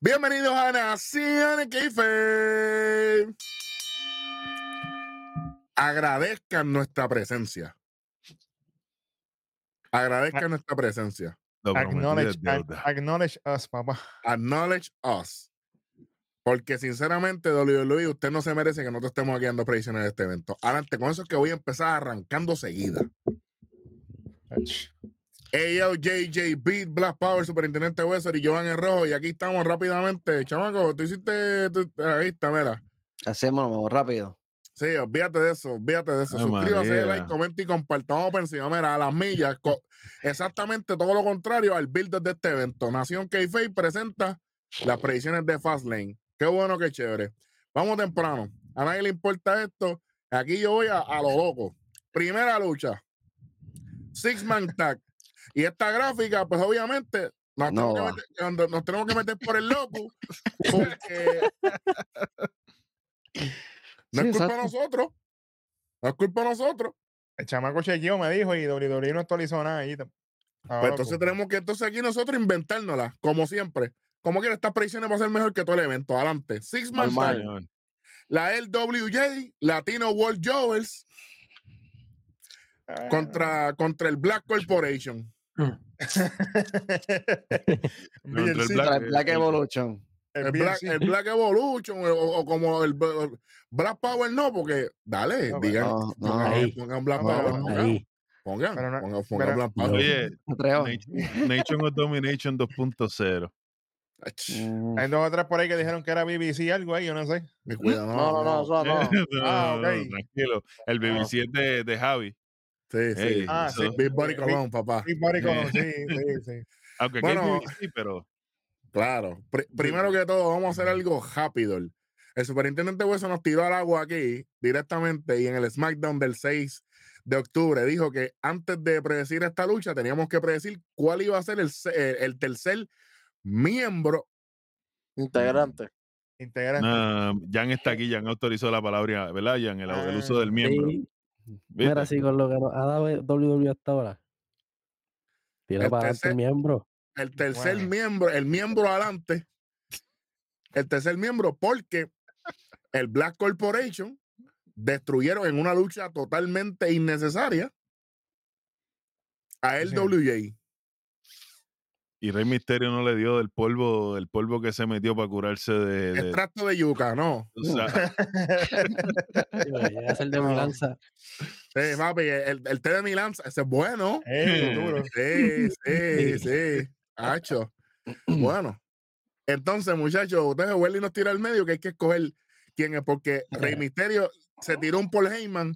Bienvenidos a Nación Keife. Agradezcan nuestra presencia. Agradezcan nuestra presencia. Lo prometido Acknowledge, es and- deuda. acknowledge us, papá. Acknowledge us. Porque sinceramente, Luis, usted no se merece que nosotros estemos aquí dando predicciones de este evento. Adelante, con eso es que voy a empezar arrancando seguida. Ach. AL, JJ, Beat, Black Power, Superintendente Wesser y Joan en rojo. Y aquí estamos rápidamente. Chamaco, tú hiciste. tú- ahí está, mira. Hacémoslo rápido. Sí, olvídate de eso, olvídate de eso. Ay, Suscríbase, María. like, comenta y compartamos por encima. Mira, a las millas. co- exactamente todo lo contrario al build de este evento. Nación k presenta las predicciones de Fastlane. Qué bueno, qué chévere. Vamos temprano. A nadie le importa esto. Aquí yo voy a, a lo loco. Primera lucha. Six Man Tag. Y esta gráfica, pues obviamente, nos, No tenemos, que va. meter, cuando- nos tenemos que meter por el loco. Porque no es culpa Sí, de exacto. nosotros. No es culpa de nosotros. Pues El chamaco chequeó, me dijo, y WWE no actualizó nada allí. tam- Estaba Pues entonces loco. tenemos que entonces aquí nosotros inventárnoslas, como siempre. Como que estas predicciones van a ser mejor que todo el evento. Adelante. Six Man Normal. Tag. la LWJ, Latino World Jowers, Ah. contra, contra el Black Corporation. Contra el BLC, Black- Para eh, el Black eh, Evolution. El Black, el Black Evolution, o, o como el Bla- Black Power, no, porque dale, No, digan, No, no, pongan, ahí. pongan Black No, Power, no, pongan, Ahí. pongan, Pero no- pongan, pongan pero- Black Power. Oye, Atrevo. Nation, Nation of Domination 2.0. Ach, Mm. Hay dos o tres por ahí que dijeron que era BBC algo ahí, yo no sé. me cuida, no, No, no, no, eso no. No, no, Ah, no, ok. tranquilo. El BBC es de, de Javi. Sí, sí. Ey, Ah, eso- sí. Big Body Big- Colón, papá. Big Body Eh. Colón, sí, sí, sí. Aunque aquí Bueno. es BBC, pero Claro. Pri- primero que todo, vamos a hacer algo rápido. El superintendente Hueso nos tiró al agua aquí directamente y en el SmackDown del 6 de octubre dijo que antes de predecir esta lucha teníamos que predecir cuál iba a ser el, se- eh, el tercer miembro. Integrante. Integrante. nah, Jan está aquí, Jan autorizó la palabra, ¿verdad, Jan? El, el uso del miembro. Sí. ¿viste? Mira, si con lo que nos ha dado WWE E hasta ahora. Tira El para adelante tercer- el miembro. El tercer Bueno. miembro, el miembro adelante. El tercer miembro porque el Black Corporation destruyeron en una lucha totalmente innecesaria a Sí, Eh, señor. LWJ. Y Rey Misterio no le dio del polvo, del polvo que se metió para curarse de. de- Extracto de yuca, no. o sea, Sí, güey, llega a ser de No. mudanza. Sí, Eh, papi, el, el té de Milán, ese es bueno. Ey, duro. Sí, sí, sí. Hacho. Bueno. Entonces, muchachos, ustedes vuelven y nos tira al medio que hay que escoger quién es, porque Rey Misterio se tiró un Paul Heyman.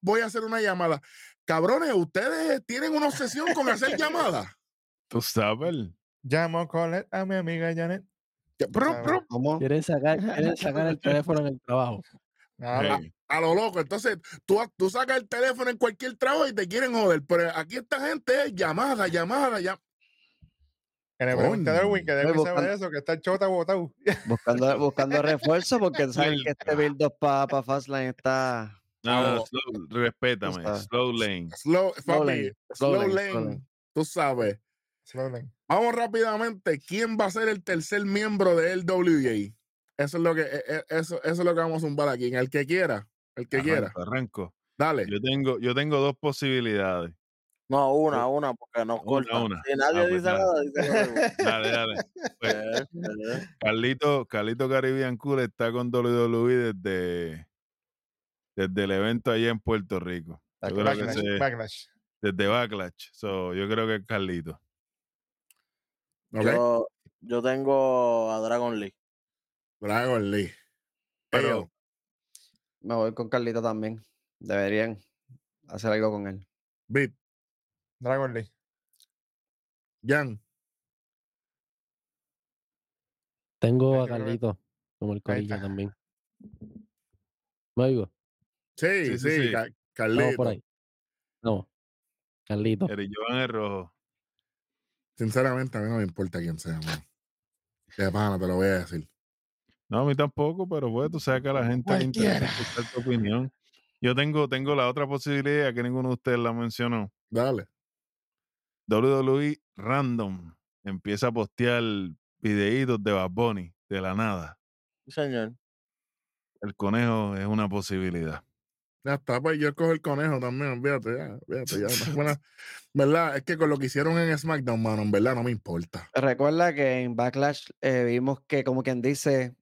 Voy a hacer una llamada. Cabrones, ustedes tienen una obsesión con hacer llamadas. tú sabes. Llamo Colette a mi amiga Janet. Que prum, prum, ¿Cómo? Quieren sacar, quieren sacar el teléfono en el trabajo. Nada, Hey, A lo loco. Entonces, tú, tú sacas el teléfono en cualquier trabajo y te quieren joder. Pero aquí esta gente es llamada, llamada, llamada. Que le pregunte a Coño. Darwin, que Estoy Darwin sabe buscando- de eso, que está el chota botado. Buscando, buscando refuerzo porque saben que este build up para Fastlane está. nada, Vamos. slow- respétame. sabes. Slow lane. Slow, Slow papi, lane, slow, slow lane, lane, slow lane. Tú sabes. Se lo ven. Vamos rápidamente. ¿Quién va a ser el tercer miembro de LWJ? Eso es lo que, e- e- eso, eso es lo que vamos a zumbar aquí. El que quiera. El que quiera. Arranco, arranco. Dale. Yo tengo, yo tengo dos posibilidades. Eh, No, una, una, porque nos Una, cortan. una. Si nadie Ah, pues dice nada. nada, dice nada. Dale, dale. Pues, Eh, eh. Carlito, Carlito Caribbean Cool está con WWE desde, desde el evento allá en Puerto Rico. Yo creo que Backlash, ese- backlash. desde Backlash. So, yo creo que es Carlito. Ok. Yo, yo tengo a Dragon Lee. Dragon Lee. Pero- Ayo, Me voy con Carlito también. Deberían hacer algo con él. Bit, Dragon Lee. Jan. Tengo Ahí a yo creo que- Carlito, como el corillo está. también. ¿Me oigo? Sí, sí, Sí, sí, sí. Ca- Vamos por Carlito. ahí. No. Oh. Carlito. Eric Jovan el rojo. Sinceramente, a mí no me importa quién sea, mano. De pana, te lo voy a decir. No, a mí tampoco, pero pues tú sabes que a la gente le interesa escuchar tu opinión. Yo tengo, tengo la otra posibilidad que ninguno de ustedes la mencionó. Dale. E WWE Random empieza a postear videitos de Bad Bunny de la nada. Sí, señor. El conejo es una posibilidad. Ya está, pues yo escojo el conejo también, fíjate, ya, fíjate, ya. más buena- ¿Verdad? Es que con lo que hicieron en SmackDown, mano, en verdad no me importa. Recuerda que en Backlash eh, vimos que, como quien dice,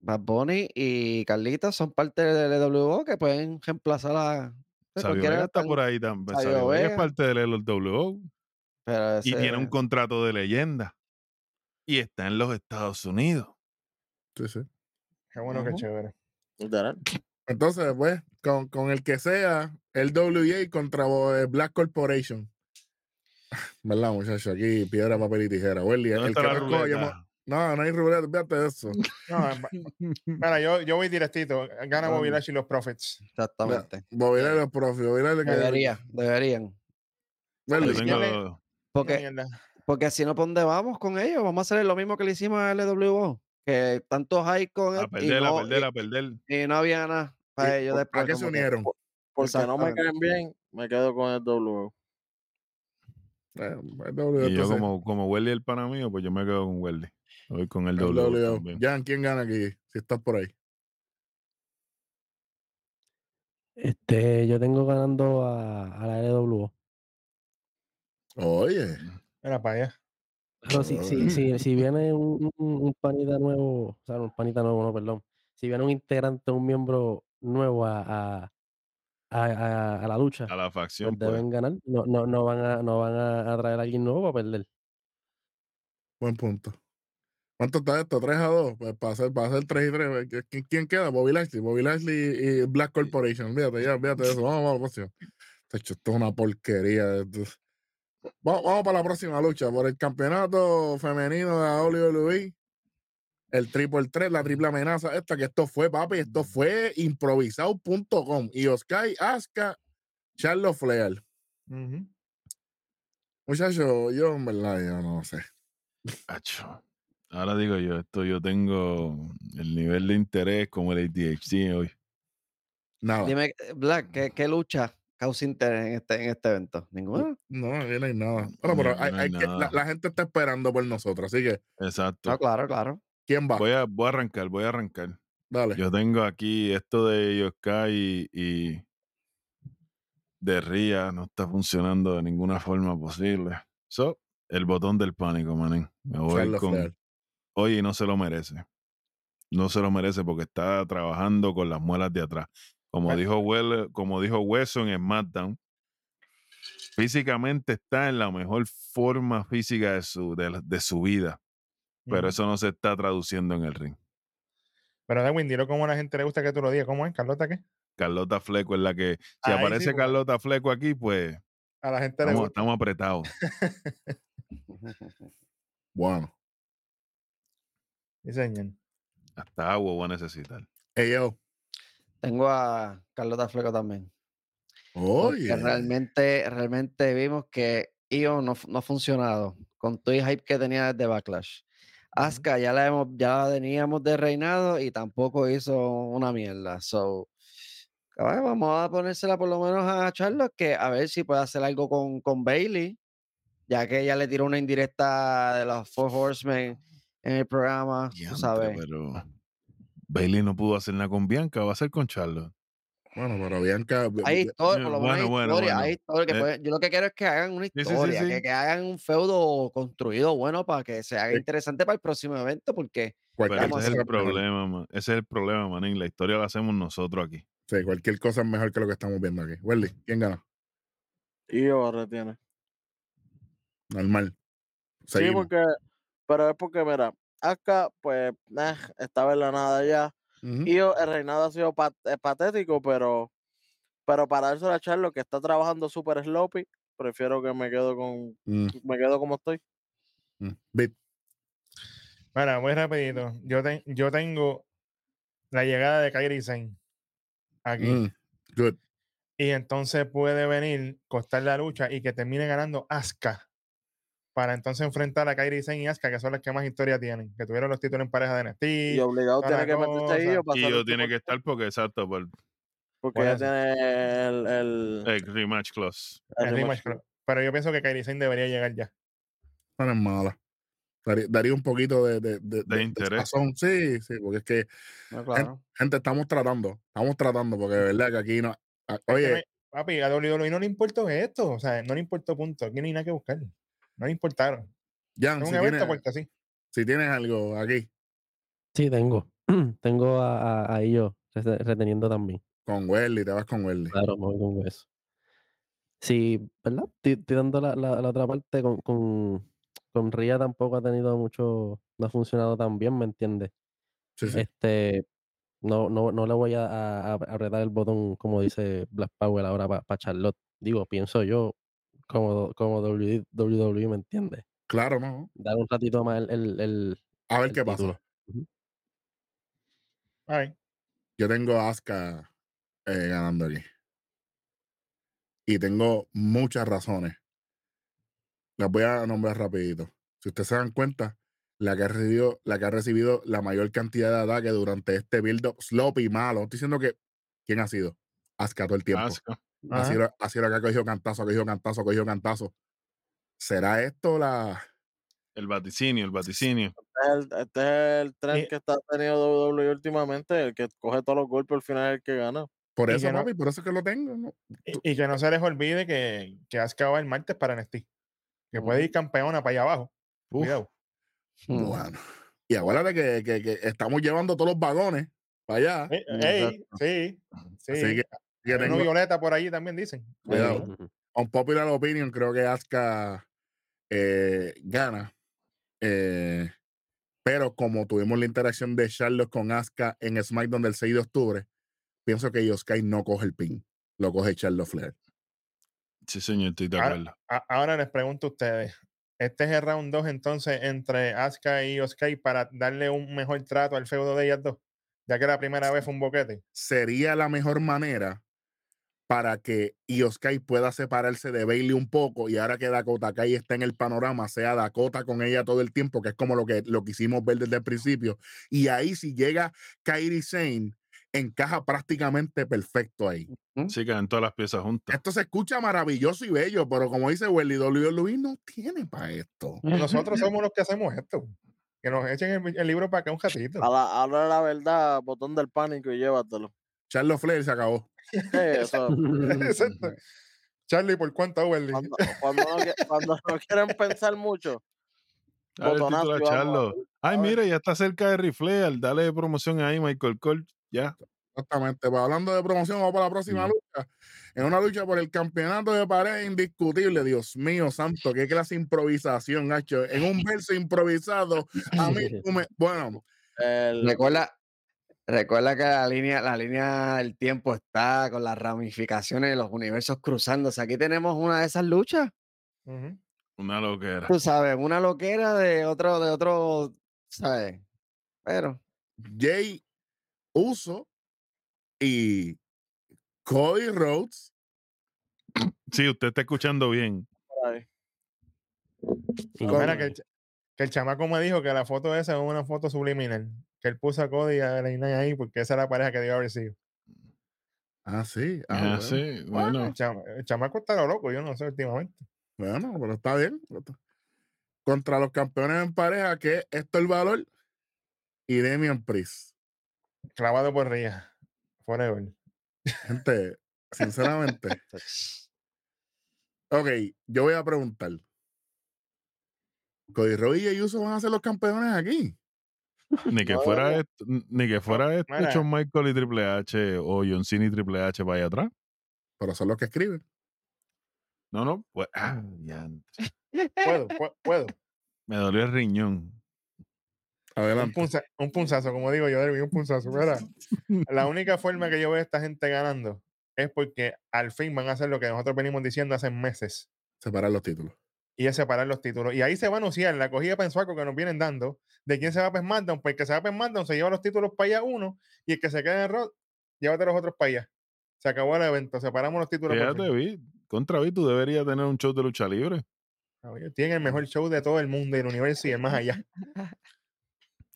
Bad Bunny y Carlita son parte de LWO que pueden reemplazar a. pues, Sabio cualquiera Vega de está tal- por ahí también. Sabio Sabio Vega es Vega. eh. parte del LWO pero y ese- tiene un contrato de leyenda. Y está en los Estados Unidos. Sí, sí. Qué bueno, que Ujú. chévere. Literal. Entonces, pues, con, con el que sea, el WA contra Bo- eh, Black Corporation. ¿Verdad, muchachos? Aquí, piedra, papel y tijera. Welly, el, ¿Dónde el está que la no escoge, yo mo- ruleta? No, no hay ruleta, fíjate de eso. No, es- mira, yo, yo voy directito. Gana Bobby Lashley y los Profits. Exactamente. Bobilar los profes, Bobilar el que. Debería, deberían. Yo Welly, Debería. tengo- Dale. Porque, Mierda. porque si no, ¿para dónde vamos con ellos? Vamos a hacer lo mismo que le hicimos a LWO. Que tantos hay con a él y perder, a no, perder, a perder. y- y no había nada para ellos después. ¿A qué se como que- unieron? Porque no me Exactamente. caen bien, me quedo con el W. Eh, el W, Y yo entonces, como, como Welly el pana mío, pues yo me quedo con Welly. Voy con el el W. W. también. Jan, ¿quién gana aquí? Si estás por ahí. Este, yo tengo ganando a, a la LWO. Oye. Mira para allá. Pero si, si, si, si viene un, un- un panita nuevo, o sea, un panita nuevo, no, perdón. Si viene un integrante, un miembro nuevo a, a, a, a- a la lucha, A la facción, pues pues. deben ganar. No, no, no van a, no van a, a traer a alguien nuevo para perder. Buen punto. ¿Cuánto está esto? ¿3 a 2? Pues para hacer, para hacer 3 y 3. ¿Qui- qui- ¿Quién queda? Bobby Lashley. Bobby Lashley y Black Corporation. Fíjate, ya, fíjate de eso. Vamos, vamos, próximo. Tacho, esto es una porquería. esto es- Vamos, vamos para la próxima lucha. Por el campeonato femenino de la WWE. E, El triple 3, la triple amenaza. Esta que esto fue, papi. Esto fue improvisado.com. Y Oscar, Aska, Charlotte Flair. Ujú. Muchachos, yo en verdad, yo no sé. Acho. Ahora digo yo, esto yo tengo el nivel de interés como el ADHD hoy. Nada. Dime, Black, ¿qué, qué lucha causa interés en este, en este evento? Ninguna. No, aquí no hay nada. Bueno, No, pero no hay, hay hay que- nada. la, la gente está esperando por nosotros, así que, Exacto. No, claro, claro. ¿quién va? Voy a, voy a arrancar, voy a arrancar. Dale. Pues, Yo tengo aquí esto de Yoskai y, y de Ría no está funcionando de ninguna forma posible. So, el botón del pánico, manín. Me voy Charlotte con. Flair. Oye, no se lo merece. No se lo merece porque está trabajando con las muelas de atrás. Como Bueno. dijo, Wel- como dijo Hueso en SmackDown, físicamente está en la mejor forma física de su, de, la- de su vida, pero Ujú. eso no se está traduciendo en el ring. Pero Darwin, dilo cómo a la gente le gusta que tú lo digas. ¿Cómo es, Carlota? ¿Qué? Carlota Fleco es la que, si Ahí sí, pues. aparece porque Carlota Fleco aquí, pues A la gente le estamos, gusta. estamos apretados. Bueno. Sí, señor. Hasta agua voy a necesitar. Ey, yo. Tengo a Carlota Fleco también. porque Oye. realmente, realmente vimos que Io no, fu- no ha funcionado con todo el hype que tenía desde Backlash. Asuka ya la hemos, ya la teníamos de reinado y tampoco hizo una mierda. So, caballo, vamos a ponérsela por lo menos a Charlotte, que a ver si puede hacer algo con, con Bailey, ya que ella le tiró una indirecta de los Four Horsemen en el programa, tú Diantre, sabes. Pero Bailey no pudo hacer nada con Bianca, va a ser con Charlotte. Bueno, pero Bianca. bi- Hay bi- historia, por lo menos hay Eh, Bueno, bueno, historia, hay bueno. historia que Eh, pueden- yo lo que quiero es que hagan una sí, sí, historia, sí. Que, que hagan un feudo construido bueno para que se haga Sí. interesante para el próximo evento, porque cualquier Pero ese Vamos a es cosa el hacer- mejor. problema, man. Ese es el problema, manín. La historia la hacemos nosotros aquí. Sí, cualquier cosa es mejor que lo que estamos viendo aquí. Welly, ¿quién gana? Y yo retiene. Normal. Sí, Seguimos. porque, pero es porque, mira, acá, pues, nah, estaba en la nada ya. Ujú. Y yo, el reinado ha sido pat- eh, patético, pero, pero para eso a Charlo, que está trabajando súper sloppy, prefiero que me quedo con, Mm, me quedo como estoy. mm. Bit. Bueno, voy rapidito. Yo, ten- yo tengo la llegada de Kairi Sane aquí. Mm. Good. Y entonces puede venir, costar la lucha y que termine ganando Asuka. Para entonces enfrentar a Kairi Sane y Asuka, que son las que más historia tienen. Que tuvieron los títulos en pareja de NXT. Y obligado toda la tiene que meterse ahí. cosa. o pasar Y yo el tiene tipo- que estar porque, exacto, por Porque Por ya eso. tiene el, el, el rematch clause. Ah, el el rematch. rematch, creo. Pero yo pienso que Kairi Sane debería llegar ya. Esta no es mala. Daría, daría un poquito de, de, de, De interés. sazón. Sí, sí, porque es que, Eh, No, claro. gente, estamos tratando, estamos tratando, porque de verdad que aquí no. a- e, Oye, Papi, a WWE no le importó esto. O sea, no le importó punto. Aquí no hay nada que buscar. No le importaron. Jan, Es si un tienes, evento porque sí. si tienes algo aquí Sí, tengo. tengo a, a, a ellos rete- reteniendo también. con Welly, te vas con Welly. Claro, me voy con eso. Sí, ¿verdad? Estoy estoy dando la, la, la otra parte con, con, con Ría tampoco ha tenido mucho, no ha funcionado tan bien, ¿me entiendes? Sí, sí. Este, no, no, no le voy a, a- a apretar el botón, como dice Black Powell ahora para Charlotte. Digo, pienso yo, como, como WD WWE, ¿me entiendes? Claro, no. Dar un ratito más el, el, el- A ver el qué pasa. título. A ver, Yo tengo a Asuka eh, ganando aquí. Y tengo muchas razones. Las voy a nombrar rapidito. Si ustedes se dan cuenta, la que ha recibido la, que ha recibido la mayor cantidad de ataques durante este build-up sloppy malo. Estoy diciendo que, ¿quién ha sido? Asuka todo el tiempo. Asuka. Ha ajá. sido, ha sido la que ha cogido cantazo, ha cogido cantazo, ha cogido cantazo. ¿Será esto la...? El vaticinio, el vaticinio. Este es el, este es el tren Y- que está teniendo WWE últimamente, el que coge todos los golpes al final es el que gana. Por Y eso, que no- papi, por eso es que lo tengo. ¿no? Y, y que no se les olvide que, que Asuka va el martes para NXT. Que puede ir campeona para allá abajo. Uf, eh, Cuidado. Mm. Bueno. Y acuérdate que, que- que estamos llevando todos los vagones para allá. Eh, ey, sí, sí. Así que, que Hay uno tengo violeta por allí también dicen. Cuidado. Ujú. un popular opinion, creo que Asuka eh, gana. Eh, pero como tuvimos la interacción de Charlotte con Asuka en SmackDown del 6 de octubre, pienso que Yoskai no coge el pin. Lo coge Charlotte Flair. Sí, señor, estoy de Ah, acuerdo. A- ahora les pregunto a ustedes. Este es el round 2 entonces entre Asuka y Oskai para darle un mejor trato al feudo de ellas dos. Ya que la primera vez fue un boquete. Sería la mejor manera para que Yoskai pueda separarse de Bailey un poco y ahora que Dakota Kai está en el panorama, sea Dakota con ella todo el tiempo, que es como lo que, lo que hicimos ver desde el principio. Y ahí si llega Kairi Sane, encaja prácticamente perfecto ahí. Sí, caen todas las piezas juntas. Esto se escucha maravilloso y bello, pero como dice Welly Luis no tiene para Mm. esto. Nosotros somos los que hacemos esto. Que nos echen el, el libro para acá un ratito. A la, habla la verdad, botón del pánico y llévatelo. Charles Flair se acabó. Sí, eso, Exacto. Charlie, ¿por cuánto, Welly? cuando, cuando no, qui- cuando no quieren pensar mucho, Dale el botonazo título a y vamos a Charlo. Ay, a ver. mira, ya está cerca de Rifleal. Dale promoción ahí, Michael Cole. Ya. Exactamente. Pues hablando de promoción, vamos para la próxima Ujú. lucha. En una lucha por el campeonato de pareja indiscutible. Dios mío, santo, qué clase de improvisación, hecho En un verso improvisado. A mí, tú me- bueno, El, Recuerda, recuerda que la línea, la línea del tiempo está con las ramificaciones de los universos cruzándose. Aquí tenemos una de esas luchas. Ujú. Una loquera. Tú sabes, una loquera de otro, de otro, ¿sabes? Pero, Jay Uso y Cody Rhodes. Sí, usted está escuchando bien. por ahí. Y Con- Mira, que el, cha- que el chamaco me dijo que la foto esa es una foto subliminal. Que él puso a Cody y a Leinay ahí porque esa es la pareja que debió haber sido. Ah, sí. Ah, Ah, bueno. sí, El, bueno. chama- el chamaco está lo loco, yo no sé últimamente. Bueno, pero está bien. pero está- Contra los campeones en pareja, que es el Valor y Demian Priest. Clavado por Ría. Forever. Gente, sinceramente. ok, yo voy a preguntar. ¿Cody Rhodes y Uso van a ser los campeones aquí? Ni que No, fuera no. esto, ni que fuera esto, mira. Shawn Michael y Triple H o John Cena y Triple H vaya atrás. Pero son los que escriben. No, no, pues, ah, ya, Puedo, pue- puedo. me dolió el riñón. Un, Adelante. punza- un punzazo, como digo yo, Derby, un punzazo. Mira, la única forma que yo veo a esta gente ganando es porque al fin van a hacer lo que nosotros venimos diciendo hace meses. Separar los títulos. y es separar los títulos. Y ahí se va a anunciar la cogida pensuaco que nos vienen dando de quién se va para SmackDown. Pues el que se va para SmackDown se lleva los títulos para allá uno y el que se queda en Raw, llévate los otros para allá. Se acabó el evento, separamos los títulos. por Ya te fin. vi. Contra vi, tú deberías tener un show de lucha libre. Caballo, Tienen Ah, el mejor show de todo el mundo y el universo y el más allá.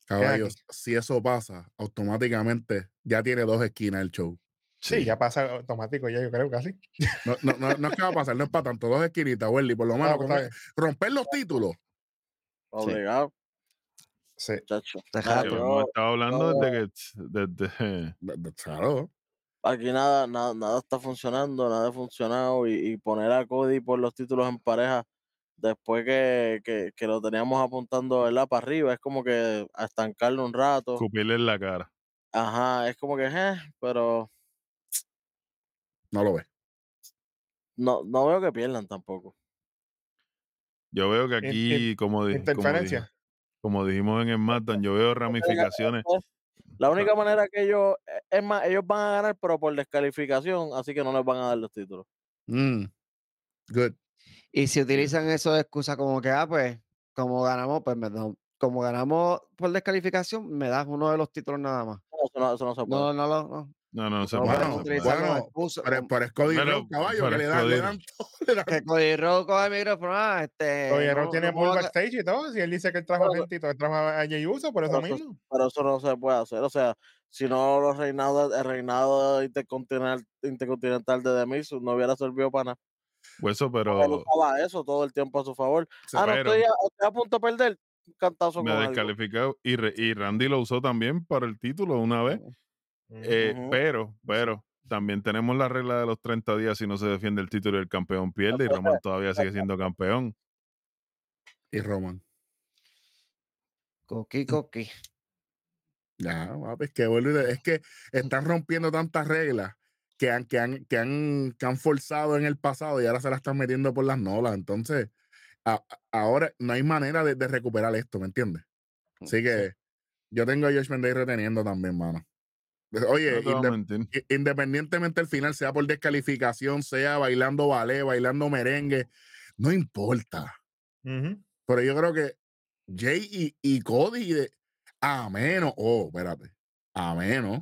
Caballos, si eso pasa, automáticamente ya tiene dos esquinas el show. Sí, ya pasa automático, ya yo creo casi. No, no, no, no es que va a pasar, no es para tanto. Dos esquinitas, Welly, por lo menos. Ah, pues con- está bien. romper los títulos. Obligado, Sí. chacho. Deja Ah, tú. Que yo- hemos estado hablando yo- desde que desde- De- de- Claro. Aquí nada, nada, nada está funcionando, nada ha funcionado. Y, y poner a Cody por los títulos en pareja después que, que, que lo teníamos apuntando ¿verdad? para arriba, es como que a estancarlo un rato. escupirle en la cara. Ajá, es como que, eh, pero No lo ve. no, no veo que pierdan tampoco. Yo veo que aquí, como, di- como di- Interferencia. como dijimos en el Matan, yo veo ramificaciones. La única manera que ellos, e- es más, ellos van a ganar, pero por descalificación, así que no les van a dar los títulos. Mm. Good. Y si utilizan eso de excusa como que, ah, pues, como ganamos, pues me da- como ganamos por descalificación, me das uno de los títulos nada más. No, eso no, eso no se puede. No, no, lo- no. No, no, no se no puede, puedes no se puede. utilizarlo de bueno, excusa, Pero, como pero es Cody Pero- Rhodes, caballo, pero que le es dan, le Cody. dan todo. le dan- que Cody Rhodes coge el micrófono, ah, este... Oye, Rock no- tiene no full puedo ga- backstage y todo. Si él dice que él trajo Pero- gente y todo, él trajo a Jey Uso por eso pero eso- mismo. pero eso no se puede hacer. O sea, si no los reinados, el reinado intercontinental, intercontinental de Demis no hubiera servido para nada. Hueso, Él pero usaba eso todo el tiempo a su favor. Sí, Ah, no, pero- estoy a, estoy a punto de perder. un Cantazo con me ha algo. descalificado. Y, re- y Randy lo usó también para el título una vez. Eh, Ujú. Pero, pero, también tenemos la regla de los 30 días si no se defiende el título y el campeón pierde y Roman todavía sigue siendo campeón. Y Roman. Coqui, coqui. Ya, papi, es que vuelvo y te- es que están rompiendo tantas reglas que han, que han, que han, que han forzado en el pasado y ahora se las están metiendo por las nolas. Entonces, a- a- ahora no hay manera de, de recuperar esto, ¿me entiendes? Mm, Así que yo tengo a Josh Menday reteniendo también, mano. Pues, Oye, No te voy a inde- mentir. i- independientemente del final, sea por descalificación, sea bailando ballet, bailando merengue, no importa. Ujú. Pero yo creo que Jay y, y Cody, de- a menos, oh, espérate, a menos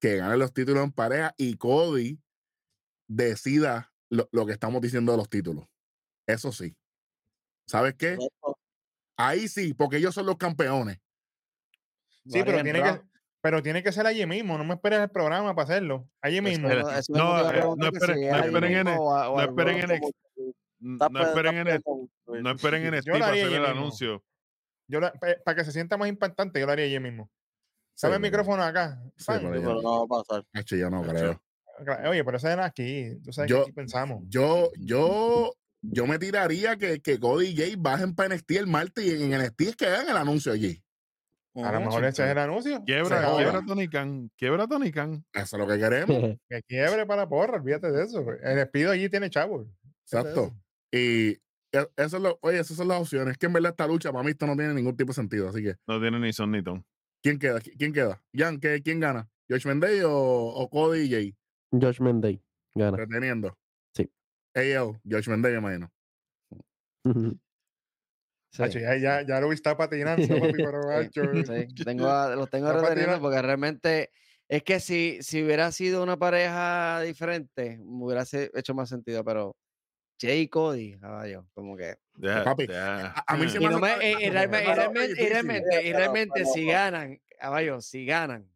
que gane los títulos en pareja y Cody decida lo, lo que estamos diciendo de los títulos. Eso sí. ¿Sabes qué? Eso- Ahí sí, porque ellos son los campeones. Sí, pero Brian tiene, Rock. que, pero tiene que ser allí mismo. No me esperes el programa para hacerlo. Allí mismo. Espera, Eso- eso no, mismo te iba a eh, no preguntar que si esperen- no hay esperen en mismo el- o a- o No al esperen Raw. en ex- está no pe- esperen está en ex- peleando, güey. no esperen en Yo este lo para haría hacer yo el mismo. anuncio. Yo la- pa- para que se sienta más impactante, yo lo haría allí mismo. Sabe el Sí, micrófono acá. Sí, pan. por Sí, ahí. pero no va a pasar. Hacho, yo no Hacho. creo. Claro, Oye, pero eso era aquí. Tú sabes Yo- que aquí pensamos. Yo, yo, yo me tiraría que, que Cody y Jay bajen para NXT el martes y en NXT es que hagan el anuncio allí. A lo Ujú. mejor ese es el chévere. anuncio. Quiebra, Se acabó. quiebra Tony Khan, quiebra Tony Khan. Eso es lo que queremos. Que quiebre para la porra, olvídate de eso. El despido allí tiene chavo. Exacto. Y e- eso es lo, oye, esas son las opciones. Es que en verdad esta lucha para mí esto no tiene ningún tipo de sentido. Así que, No tiene ni son ni ton. ¿quién queda? ¿Qui- ¿Quién queda? Jan, ¿qué- ¿quién gana? ¿George Mendey o, o Cody y Jay? George Menday gana. Reteniendo. Sí. AL, George Mendey, me imagino. Sí, Hacho, ya, ya, ya Luis está patinando, papi, pero eh. sí, hacho, sí, tengo a- los tengo La patina- retenidos porque realmente es que si, si hubiera sido una pareja diferente, me hubiera se- hecho más sentido, pero Jay y Cody, caballo, como que. Ya, Papi, ya. a- a mí se Y, me no hace me- tan- eh, tan eh, realme- complicado, realmente, y difícil. realmente, y Pero- realmente si pero- ganan, caballo, si ganan.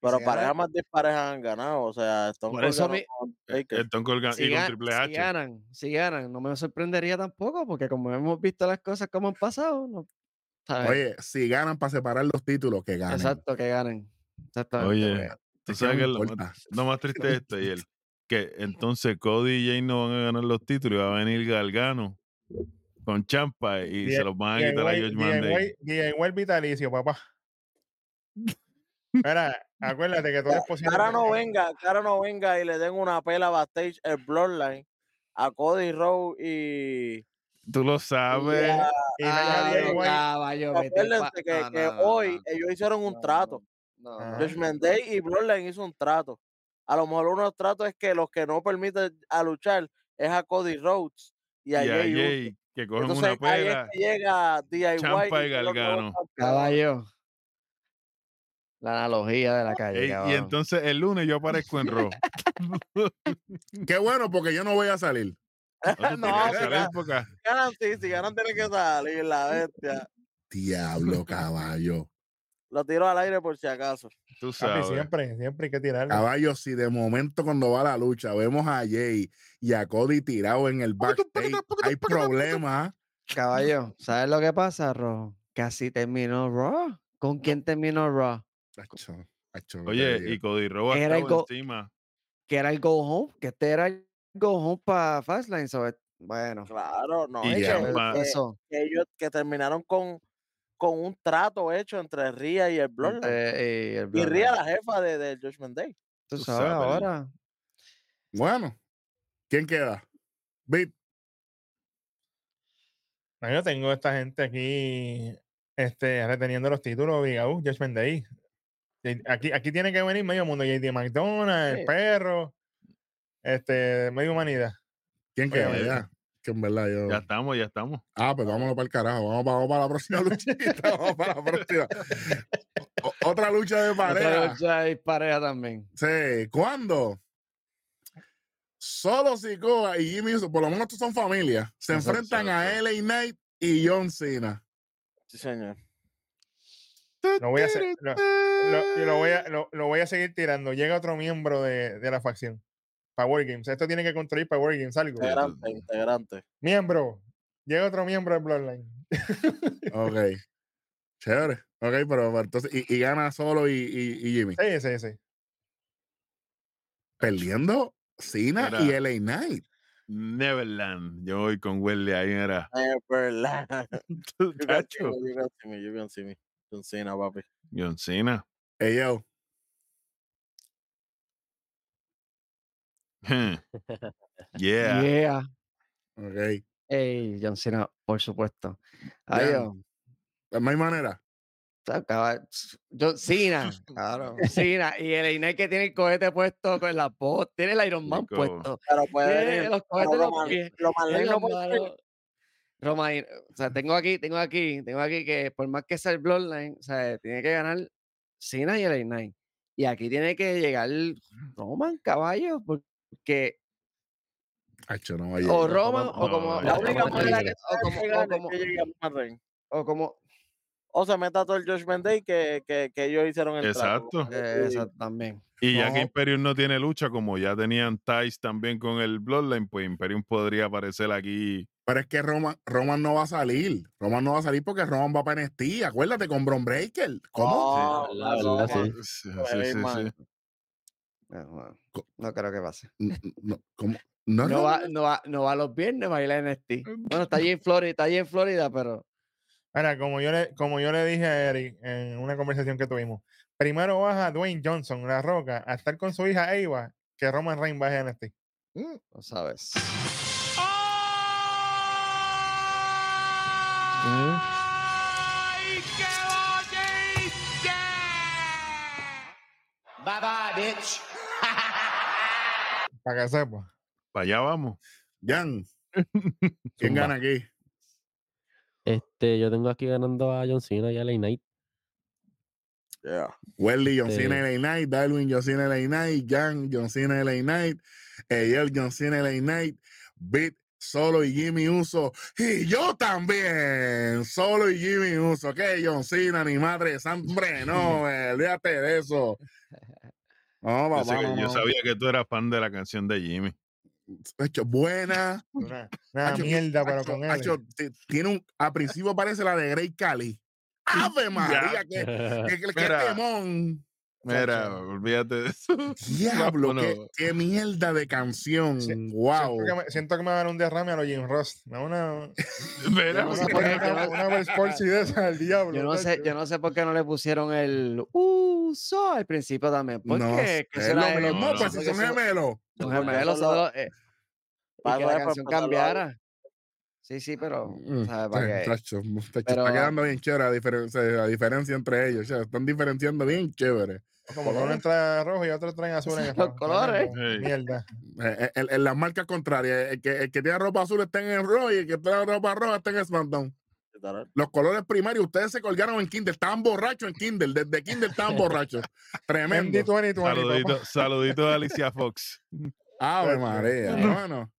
Pero se parejas ganan. más disparejas han ganado. O sea, Stone Por Cold eso ganó mi- con Eh, Taker. el Stone Cold gan- Si, y con ga- Triple si H. ganan, si ganan, no me sorprendería tampoco, porque como hemos visto las cosas como han pasado, no, ¿sabes? Oye, si ganan para separar los títulos, que ganen. Exacto, que ganen. Exactamente. Oye, porque- Tú Es que no sabes me que lo importa. más, lo más triste de esto y el que entonces Cody y Jay no van a ganar los títulos y va a venir Galgano con Champa y Die- se los van a quitar a George Manday. DIY DIY vitalicio, papá. Mira, acuérdate que todo es posible. Cara no cabrón. venga, cara no venga y le den una pela a backstage el Bloodline a Cody Rowe y. Tú lo sabes. Ya, Y venga Ah, DIY. no, caballo, vete pa- Acuérdense que, no, que no, no, hoy no, ellos hicieron un no, trato. no, Ajá. no, no, Josh no. Mendey y Bloodline hizo un trato. A lo mejor uno de los tratos es que los que no permiten a luchar es a Cody Rhodes y a y a Jey Uso. Jay que cogen Entonces una ahí es pela. que llega DIY Ciampa y son los nuevos Gargano. campeones. Caballo. La analogía de la calle. Ey, y cabrón. entonces el lunes yo aparezco en Raw. Qué bueno, porque yo no voy a salir. Ah, tú No, tienes que mira. salir porque- Ganan sí, si ganan tienen que salir la bestia. Diablo, caballo. Lo tiro al aire por si acaso. tú Papi, sabes. siempre, siempre hay que tirarle. Caballo, si de momento cuando va la lucha vemos a Jay y a Cody tirado en el backstage, hay problemas. Caballo, ¿sabes lo que pasa, Ro? Que así terminó Raw. ¿Con quién terminó Raw? Acho, acho, no te Oye, digo. y Cody Rowe ha Era el estado go- encima. Que era el go home, que este era el go home para Fastlane. so, bueno, Claro, no. Y es que- ya, es ma- que- eso. que ellos que terminaron con, con un trato hecho entre Ria y el Bloodline. entre- este, y el Y Ria Bloodline. la jefa de, del Judgment Day. Tú Tú sabes sabes. ahora. Bueno, ¿quién queda? Bit, No, yo tengo esta gente aquí este, reteniendo los títulos, Vigau, Judgment Day. Y Aquí, aquí tiene que venir medio mundo, JD McDonald's, Sí. el perro, este, medio humanidad. ¿quién Oye, queda? oye. ya? Que en verdad yo. Ya estamos, ya estamos. Ah, pues vámonos para el carajo. Vamos para, la próxima luchita. vamos para la próxima. O- o- otra lucha de pareja. Otra lucha y pareja también. Sí, ¿cuándo? Solo Sikoa y Jimmy Uso, por lo menos estos son familia, se Exacto, enfrentan a LA Knight y John Cena. Sí, señor. Lo voy a hacer. Lo, lo- lo voy, a, lo, lo voy a seguir tirando. Llega otro miembro de, de la facción. Power Games. Esto tiene que construir Power Games algo. Sí. Integrante, integrante. Miembro. Llega otro miembro del Bloodline. Ok. Chévere. Ok, pero, pero entonces, y, y gana solo y, y- y Jimmy. Sí, sí, sí. Perdiendo Cena y Mira. LA Knight. Neverland. Yo voy con Welly ahí, era. Neverland. You can see Tacho. me, you can see me, you can see me. John Cena, papi. John Cena. Ey, yo, Hmm. yeah. Yeah. Ok. Ey, John Cena, por supuesto. Ya. Adiós. No hay manera. Sa- caba- s- John Cena, claro. Cena y el Inés que tiene el cohete puesto con la voz, tiene el Iron Man Chico. puesto. Pero puede Tiene venir. los pero cohetes en los Roman- pies, Roman en Reigns no los puede venir. manos. Roma, y- o sea, tengo aquí, tengo aquí, tengo aquí que por más que sea el Bloodline, o sea, tiene que ganar Cena y el Inés. Y aquí tiene que llegar Roman, caballo, porque Acho, no va a llegar. o Roman o no, como no, o ya La Roman única como Reigns. manera el- que o como- o puede llegar es como- que llegue Roman Reigns. o como O se meta todo el Judgment Day que, que, que ellos hicieron el trato, Exacto. como eh, que- esa también. Y ya que No. Imperium no tiene lucha, como ya tenían ties también con el Bloodline, pues Imperium podría aparecer aquí. Pero es que Roman, Roman no va a salir. Roman no va a salir porque Roman va para NXT. Acuérdate, con Bron Breaker. Oh. ¿Cómo? Sí, No, la Oh, la verdad, sí. broma. Sí, Pues, sí, sí, man. sí. Eh, bueno, Co- no creo que pase. N- n- No, ¿cómo? No, No no, va, no. no, va, no va los viernes, baila en NXT. Bueno, está allí en Florida, está allí en Florida, pero Ahora, como yo le, como yo le dije a Eric en una conversación que tuvimos, primero baja Dwayne Johnson, La Roca, a estar con su hija Eva, que Roman Reigns baje a NXT. no sabes. Mm. Para que sepa. Para allá vamos. Jan, ¿quién Zumba. gana aquí? Este, yo tengo aquí ganando a John Cena y a LA Knight. Yeah. Welly, John Cena, Sí. LA Knight, Darwin, John Cena, LA Knight, Jan, John Cena, LA Knight, Eyel, John Cena, LA Knight, Bit, Solo y Jimmy Uso, y yo también, Solo y Jimmy Uso, que John Cena, ni madre, de san- hombre, no, eh, olvídate de eso. No, Yo, sé papá, que- no, yo no. sabía que tú eras fan de la canción de Jimmy. Hecho, buena, Una, una Mm. Hacho, mierda, pero hacho, con él. hacho, ti- tiene un, a principio parece la de Grey Cali. Ave María, que, que, que, que Mira. temón. Mira, olvídate de eso. Diablo, qué, Vámonos. qué mierda de canción. Sí, wow. Siento que, me, siento que me va a dar un derrame a los Jim Ross. ¿no? Una, Mira, no una, sé porque- por qué, una, yo una vez por si de esa al diablo. Yo no sé, tacho. yo no sé por qué no le pusieron el uso al principio también. ¿Por No qué? Que sé, eso era lo el- mismo, no, pues no, si que son eso- gemelos. los Porque gemelos, solo- solo, eh, y Pasa que la es pa canción empatarlo ahí. cambiara. Sí, sí, pero Mm, ¿sabes para sí, qué? tacho, tacho, Pero- está quedando bien chévere la diferencia, la diferencia entre ellos. o sea, están diferenciando bien chévere. Como que uno entra rojo y otro traen azul en el Los rojo. colores. Tremendo, Ey. Mierda. Eh, eh, En, en las marcas contrarias, el que, el que tiene ropa azul está en el Roy y el que tiene ropa roja está en el SmackDown. Literal. Los colores primarios, ustedes se colgaron en Kindle, estaban borrachos en Kindle, desde Kindle estaban borrachos. Tremendo. Bendito Benito. saludito, saludito a Alicia Fox. Ave Tacho. María, Ah, hermano.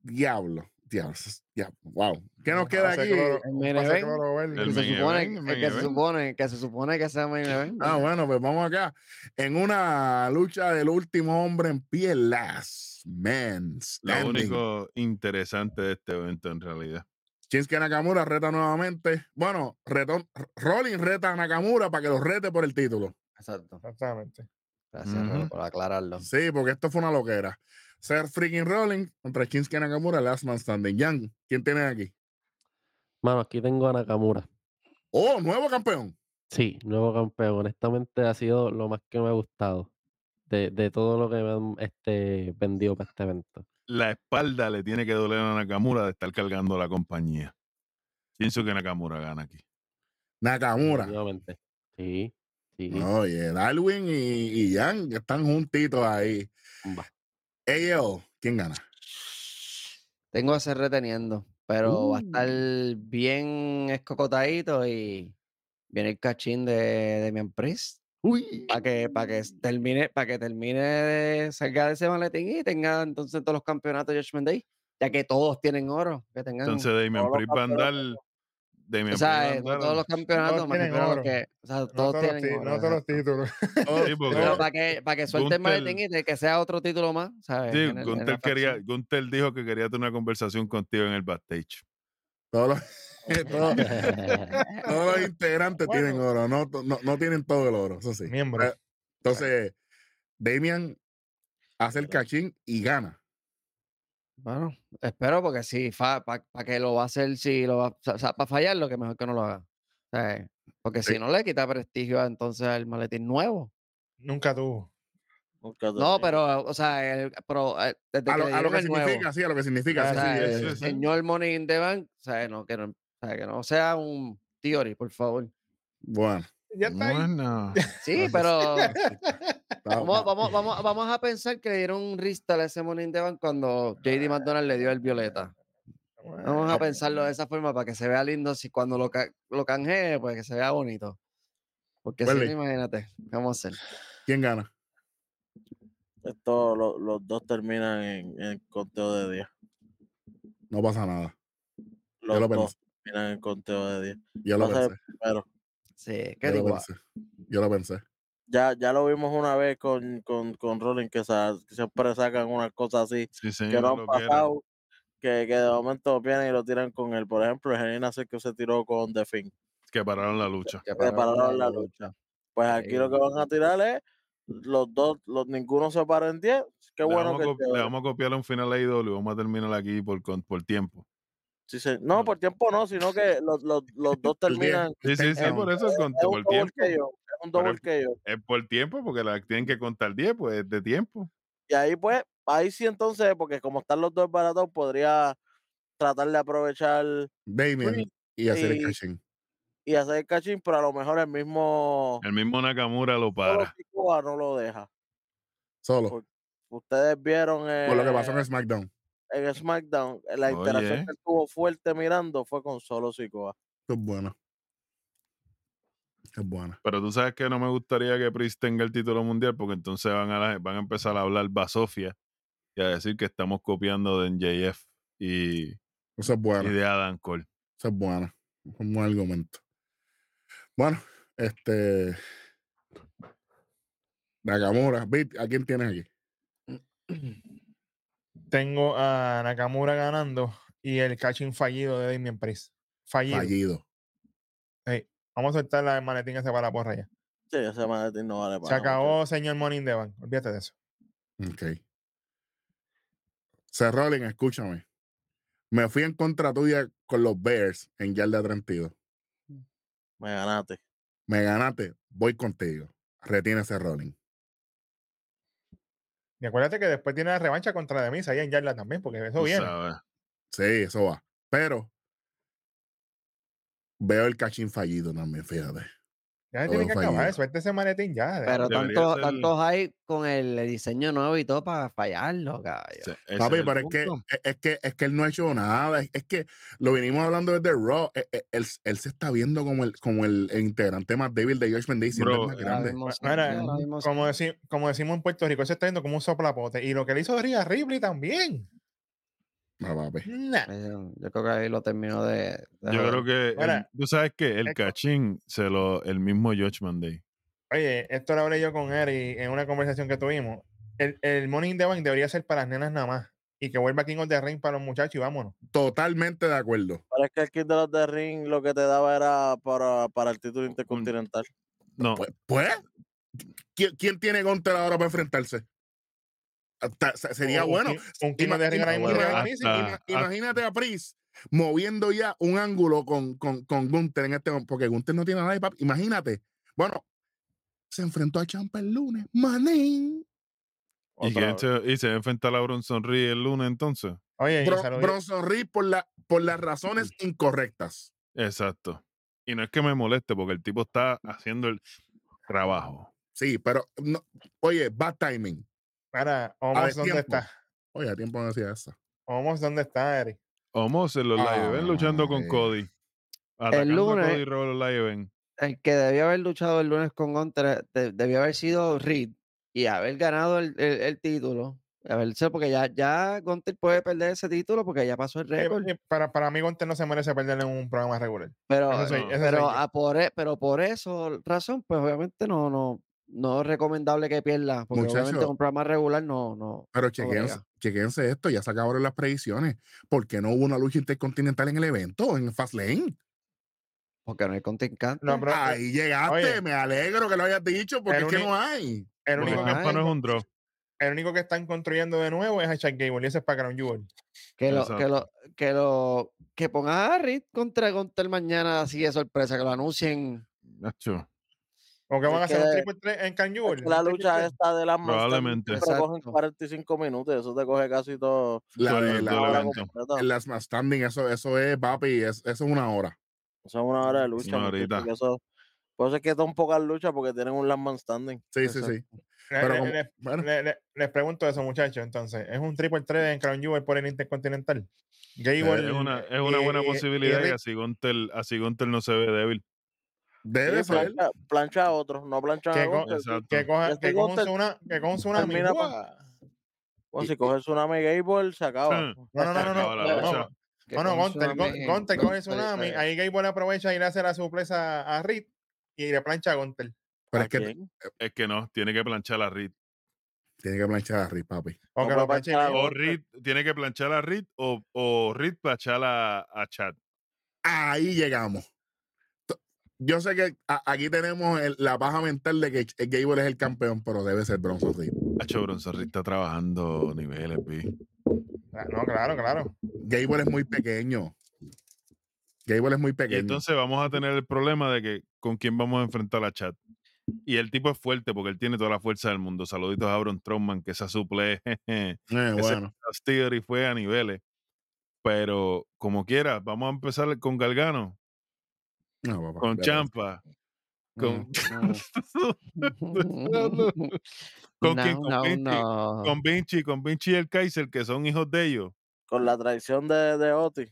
Diablo, diablo, s- diablo, wow. ¿Qué nos queda aquí? El main event, El que se main supone- event, el el main que se event. supone, que se supone que sea main event, Ah, bueno, pues vamos acá. En una lucha del último hombre en pie, Last Man Lo Standing. único interesante de este evento en realidad. Shinsuke Nakamura reta nuevamente. Bueno, retó- Rollins reta a Nakamura para que lo rete por el título. Exacto. Exactamente. Gracias Rolo, Ujú. por aclararlo. Sí, porque esto fue una loquera. Ser freaking Rollins contra Shinsuke Nakamura, Last Man Standing. Yang, ¿quién tiene aquí? Mano, aquí tengo a Nakamura. Oh, nuevo campeón. Sí, nuevo campeón. Honestamente ha sido lo más que me ha gustado de, de todo lo que me han este, vendido para este evento. La espalda le tiene que doler a Nakamura de estar cargando la compañía. Pienso que Nakamura gana aquí. Nakamura. Definitivamente. Sí, sí. Oye, Darwin y, y Yang están juntitos ahí. Zumba. Ellos, ¿quién gana? Tengo a ser reteniendo, pero va a estar bien escocotadito y viene el cachín de, de mi Priest Uy. para que, para que s- termine, para que termine de salga de ese maletín y tenga entonces todos los campeonatos de Judgment Day, ya que todos tienen oro, que tengan Entonces Damian todos los Priest va a andar. campeonatos. Damian o sea, eh, Priest va a no todos los andar- campeonatos, me tienen refiero a oro. que o sea, No todos todos, los, tienen ti- oro, no todos los exacto. títulos. Oh, Sí, porque- Pero para que, para que suelten Gunther- maletín y de que sea otro título más, ¿sabes? Sí, En el- en Gunther, la quería, facción. Gunther dijo que quería tener una conversación contigo en el backstage. Todos los, todos- todos los integrantes Bueno. tienen oro, no, to- no, no tienen todo el oro, eso sí. Miembro. Eh, Entonces, Damian hace el cachín y gana. Bueno, espero porque sí, para que lo va a hacer, si lo va, o sea, para fallarlo, que mejor que no lo haga. ¿sabes? Porque Sí. si no le quita prestigio a- entonces al maletín nuevo. Nunca tuvo. Nunca No, tenía. pero, o sea, el- pero, eh, desde A que lo, le a lo dieron que el nuevo, significa, sí, a lo que significa. sí, o sea, sí, sí, sí, el sí, sí. señor Money in the Bank, o sea, no, que no, o sea, que no sea un theory, por favor. Bueno. Ya está ahí. Bueno, Sí, Entonces, pero Ah, está- vamos, vamos, vamos, vamos a pensar que le dieron un ristal a ese Money in the Bank cuando JD McDonald le dio el violeta. Vamos Ah, a pensarlo de esa forma para que se vea lindo. Si cuando lo, ca- lo canjee, pues que se vea bonito. Porque si no, Welly. imagínate, ¿qué vamos a hacer? ¿Quién gana? Esto, eh, lo- los dos terminan en, en conteo de 10. No pasa nada. yo Los lo dos pensé. terminan en conteo de 10. Yo lo no sé, pensé. Pero Sí, Yo qué lo digo. pensé. Yo lo pensé. ya, ya lo vimos una vez con, con, con Rollins, que, sa- que siempre sacan unas cosas así sí, que señor. no han lo que era. pasado. Que, que de momento vienen y lo tiran con él. Por ejemplo, Janina sé que se tiró con The Finn. que pararon la lucha. que prepararon pararon la Pues aquí lo que van a tirar es los dos, los, ninguno se para en 10. Qué Le bueno vamos, que a, co- le chévere. vamos a copiar un final a IW. Vamos a terminar aquí por, con- por tiempo. Sí, se- no, por tiempo no, sino que los, los, los dos El diez, terminan. Sí, sí, sí, Eh, Tengan- por eso, con, Es un por double tiempo. KO, es un Por double el- KO. Es por tiempo, porque la tienen que contar 10, pues es de tiempo. Y ahí pues, ahí sí entonces, porque como están los dos baratos, podría tratar de aprovechar Damien Rollins y hacer el y- cachín. y hacer el cachín, pero a lo mejor el mismo El mismo Nakamura lo solo para. Sikoa no lo deja. Solo. Por- Ustedes vieron eh, Por lo que pasó en SmackDown. en el SmackDown, eh, la interacción Oye. que tuvo fuerte mirando fue con solo Sikoa. Esto es bueno. Esto Es bueno. Pero tú sabes que no me gustaría que Priest tenga el título mundial, porque entonces van a, la- van a empezar a hablar basofia y a decir que estamos copiando de NJF y, y Eso es bueno. de Adam Cole. Eso es bueno. Es un buen argumento. Bueno, este. Nakamura, Bit, ¿a quién tienes aquí? Tengo a Nakamura ganando y el catching fallido de Damien Priest. Fallido. Fallido. Vamos a soltar la maletín ese para la porra ya. Sí, ese maletín no vale para Se mucho. acabó, señor Money in the Bank. Olvídate de eso. Ok. Seth Rollins, escúchame. Me fui en contra tuya con los Bears en Yarda 32. Me ganaste. Me ganaste, voy contigo. Retiene ese Rollins. Y acuérdate que después tiene la revancha contra la misa ahí en Yarla también, porque eso tú viene. sabes. Sí, eso va. Pero veo el cachín fallido también, fíjate. Ya se Todo tiene que acabar. fallido. Suelta ese maletín ya. de- Pero Debería tanto, ser- tanto hype con el diseño nuevo y todo para fallarlo, caballo. Ese- ese Papi, es el pero es que, punto. es- es que es que él no ha hecho nada. Es, es que lo venimos hablando desde Raw. e- e- Él, él se está viendo como el, como el, el integrante más débil de George Mendy, siendo el Bro, más eh, Ahora grande. mismo sí, Mira, sí, ahora mismo sí. como, deci- como decimos en Puerto Rico, se está yendo como un soplapote. Y lo que le hizo Rhea Ripley también. No, papi. Nah. Eh, Yo creo que ahí lo terminó de. de Yo creo joder. que el- Ahora, tú sabes que el esto- cachín se lo el mismo Judgment Day. Oye, esto lo hablé yo con Eri en una conversación que tuvimos. El, el Money in the Bank debería ser para las nenas nada más. y que vuelva King of the Ring para los muchachos y vámonos. Totalmente de acuerdo. Pero es que el kit de los de Ring lo que te daba era para, para el título intercontinental. No, Pues, pues, ¿quién, quién tiene Gunter ahora para enfrentarse? Hasta- se- sería Un- Oh, un bueno. King- Un King of the Ring ahora mismo. te Ima- Imagínate- da la Ima- misa. hasta- ima- Imagínate a Pris moviendo ya un ángulo con, con, con Gunther en este momento, porque Gunther no tiene nada de pap- Imagínate. Bueno, se enfrentó a Champa el lunes. Manín. ¿Y, Otra quién vez. se, y se va a enfrentar a Bronson Reed el lunes entonces. Oye, y Bro- saludito. Bronson Reed por, la, por las razones incorrectas. Exacto. Y no es que me moleste porque el tipo está haciendo el trabajo. Sí, pero no- oye, bad timing. Para, Omos, ¿dónde tiempo. está? Oye, a tiempo no decía eso. Omos, ¿dónde está, Eric? Omos en los live event luchando con Ay. Cody. Atacando a lunes- Cody Rhodes en los live event. El eh, que debió haber luchado el lunes con Gunter de- debió haber sido Reed y haber ganado el, el- el título. A ver, sí, porque ya, ya Gunter puede perder ese título porque ya pasó el Eh, récord. eh, para, para mí, Gonte no se merece perder en un programa regular. Pero, Eso soy- no, eso soy pero, yo. a por, e- pero por eso razón, pues obviamente no, no, no es recomendable que pierda, porque obviamente Muchacho. un programa regular no, no. Pero chequense, brega. chequense esto, ya se acabaron las predicciones. ¿Por qué no hubo una lucha intercontinental en el evento, en Fastlane? Porque no hay contrincante. No, pero eh, Ahí llegaste, oye. me alegro que lo hayas dicho, porque El es que uni- no hay. el, Porque único Bueno, que, Campa no es un draw. el único que están construyendo de nuevo es a Chad Gable y ese es para Crown Jewel. que, lo, que exacto. lo, que lo, que pongan a Reed contra Gunter mañana así de sorpresa, que lo anuncien. Nacho, ¿O que van a Es hacer un que- triple threat en Crown Es Jewel? Eh, que la ¿Un triple lucha threat? esta de las Monster Probablemente. siempre cogen Exacto. 45 minutos, eso te coge casi todo. La, Todo el de- mundo la, lo la- hora evento. completa. el last man standing, eso, eso es, papi, es- eso es una hora. Eso es una hora de lucha. Una muchacho, horita. que eso- por eso es que son pocas luchas porque tienen un last man standing. Sí, sí, sí. Pero Le- como- le- bueno, le- le- les pregunto eso, muchachos. Entonces, ¿es un triple threat en Crown Jewel por el Intercontinental? Gable, Mm. Eh, es una, es una buena eh, y- y- y posibilidad y Reed- así Gunter, así Gunter no se ve débil. debe Sí, ser. plancha, plancha a otros, no plancha Que a con- Gunter. Exacto. que coja, este que coja un Gunter tsunami. Que coja un tsunami. mm, termina ¡Guau! pa- Bueno, si coge el tsunami Gable, se acaba. No, no, no, no, acaba no. la no, lucha. no. que Bueno, con Gunter, tsunami Gun- en Gunter coge el Gunter, tsunami. eh, Ahí Gable aprovecha y le hace la supleza a Reed y le plancha a Gunter. Pero ¿A es que quién? Es que no, tiene que planchar a Reed. tiene que planchar a Rick, papi. O No que puede lo planche planchar a Gable. O Gunter. Reed tiene que planchar a Reed o, o Reed planchar a, a Chad. Ahí llegamos. To- Yo sé que a- aquí tenemos el- la baja mental de que Ch- eh, Gable es el campeón, pero debe ser Bronson Reed. Nacho Bronson Reed está trabajando niveles, vi. Ah, No, claro, claro. Gable es muy pequeño. Gable es muy Y pequeño. entonces vamos a tener el problema de que con quién vamos a enfrentar a Chad. Y el tipo es fuerte porque él tiene toda la fuerza del mundo. Saluditos a Bron Strowman, que esa suple jeje, Eh, ese- bueno. Chaos Theory fue a niveles. Pero como quiera, vamos a empezar con Galgano, No, papá, con vete. Champa, con, mm. ¿Con quién? No, ¿Con no, Vinci? no. con Vinci, con Vinci y el Kaiser, que son hijos de ellos. Con la traición de, de Oti.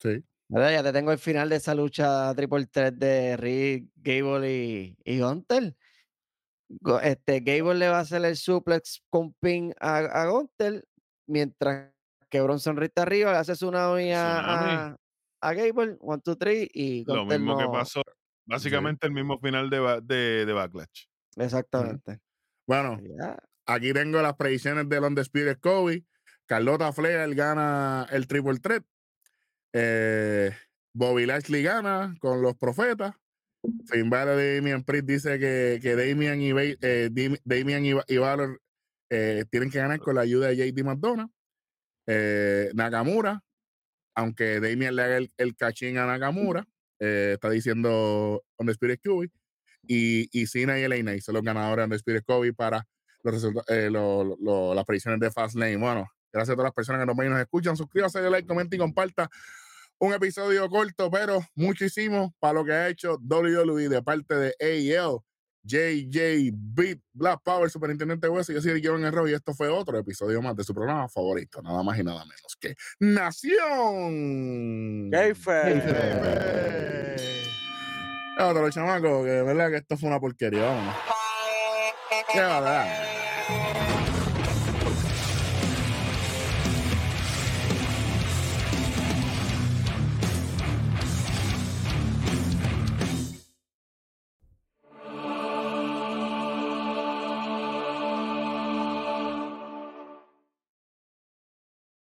Sí. Ahora ya te tengo el final de esa lucha triple threat de Rick, Gable y, y Gunter. Go- Este, Gable le va a hacer el suplex con pin a, a Gunter, mientras que Bronson Reed está arriba, le hace tsunami a, Tsunami. a, a Gable, 1, 2, 3, y Lo Gunter mismo que no- pasó. Básicamente el mismo final de, Ba- de, de Backlash. Exactamente. Bueno, Ya. aquí tengo las predicciones del Undisputed Kobe. Carlota Flair gana el Triple Threat. Eh, Bobby Lashley gana con los Profetas. Finn Balor y Damian Priest dice que, que Damian y, Ba- eh, Dim- Damian y, Ba- y Balor eh, tienen que ganar con la ayuda de JD McDonough. Eh, Nakamura, aunque Damian le haga el, el cachín a Nakamura, eh, está diciendo Undisputed Kobe. Y, y Cena y Elena son los ganadores de Undisputed Kobe para los resulta- eh, lo- lo- lo- las predicciones de Fastlane. Bueno, gracias a todas las personas que nos ven y nos escuchan. Suscríbase, dale like, comenta y comparta. Un episodio corto, pero muchísimo para lo que ha hecho WWE de parte de AEL, JJ Beat, Black Power, Superintendente Hueso. Yo soy el en Error y esto fue otro episodio más de su programa favorito. Nada más y nada menos que Nación. Gayfer. Gable. Llévatelo, chamaco, que de verdad que esto fue una porquería. Vámonos. Llévatela.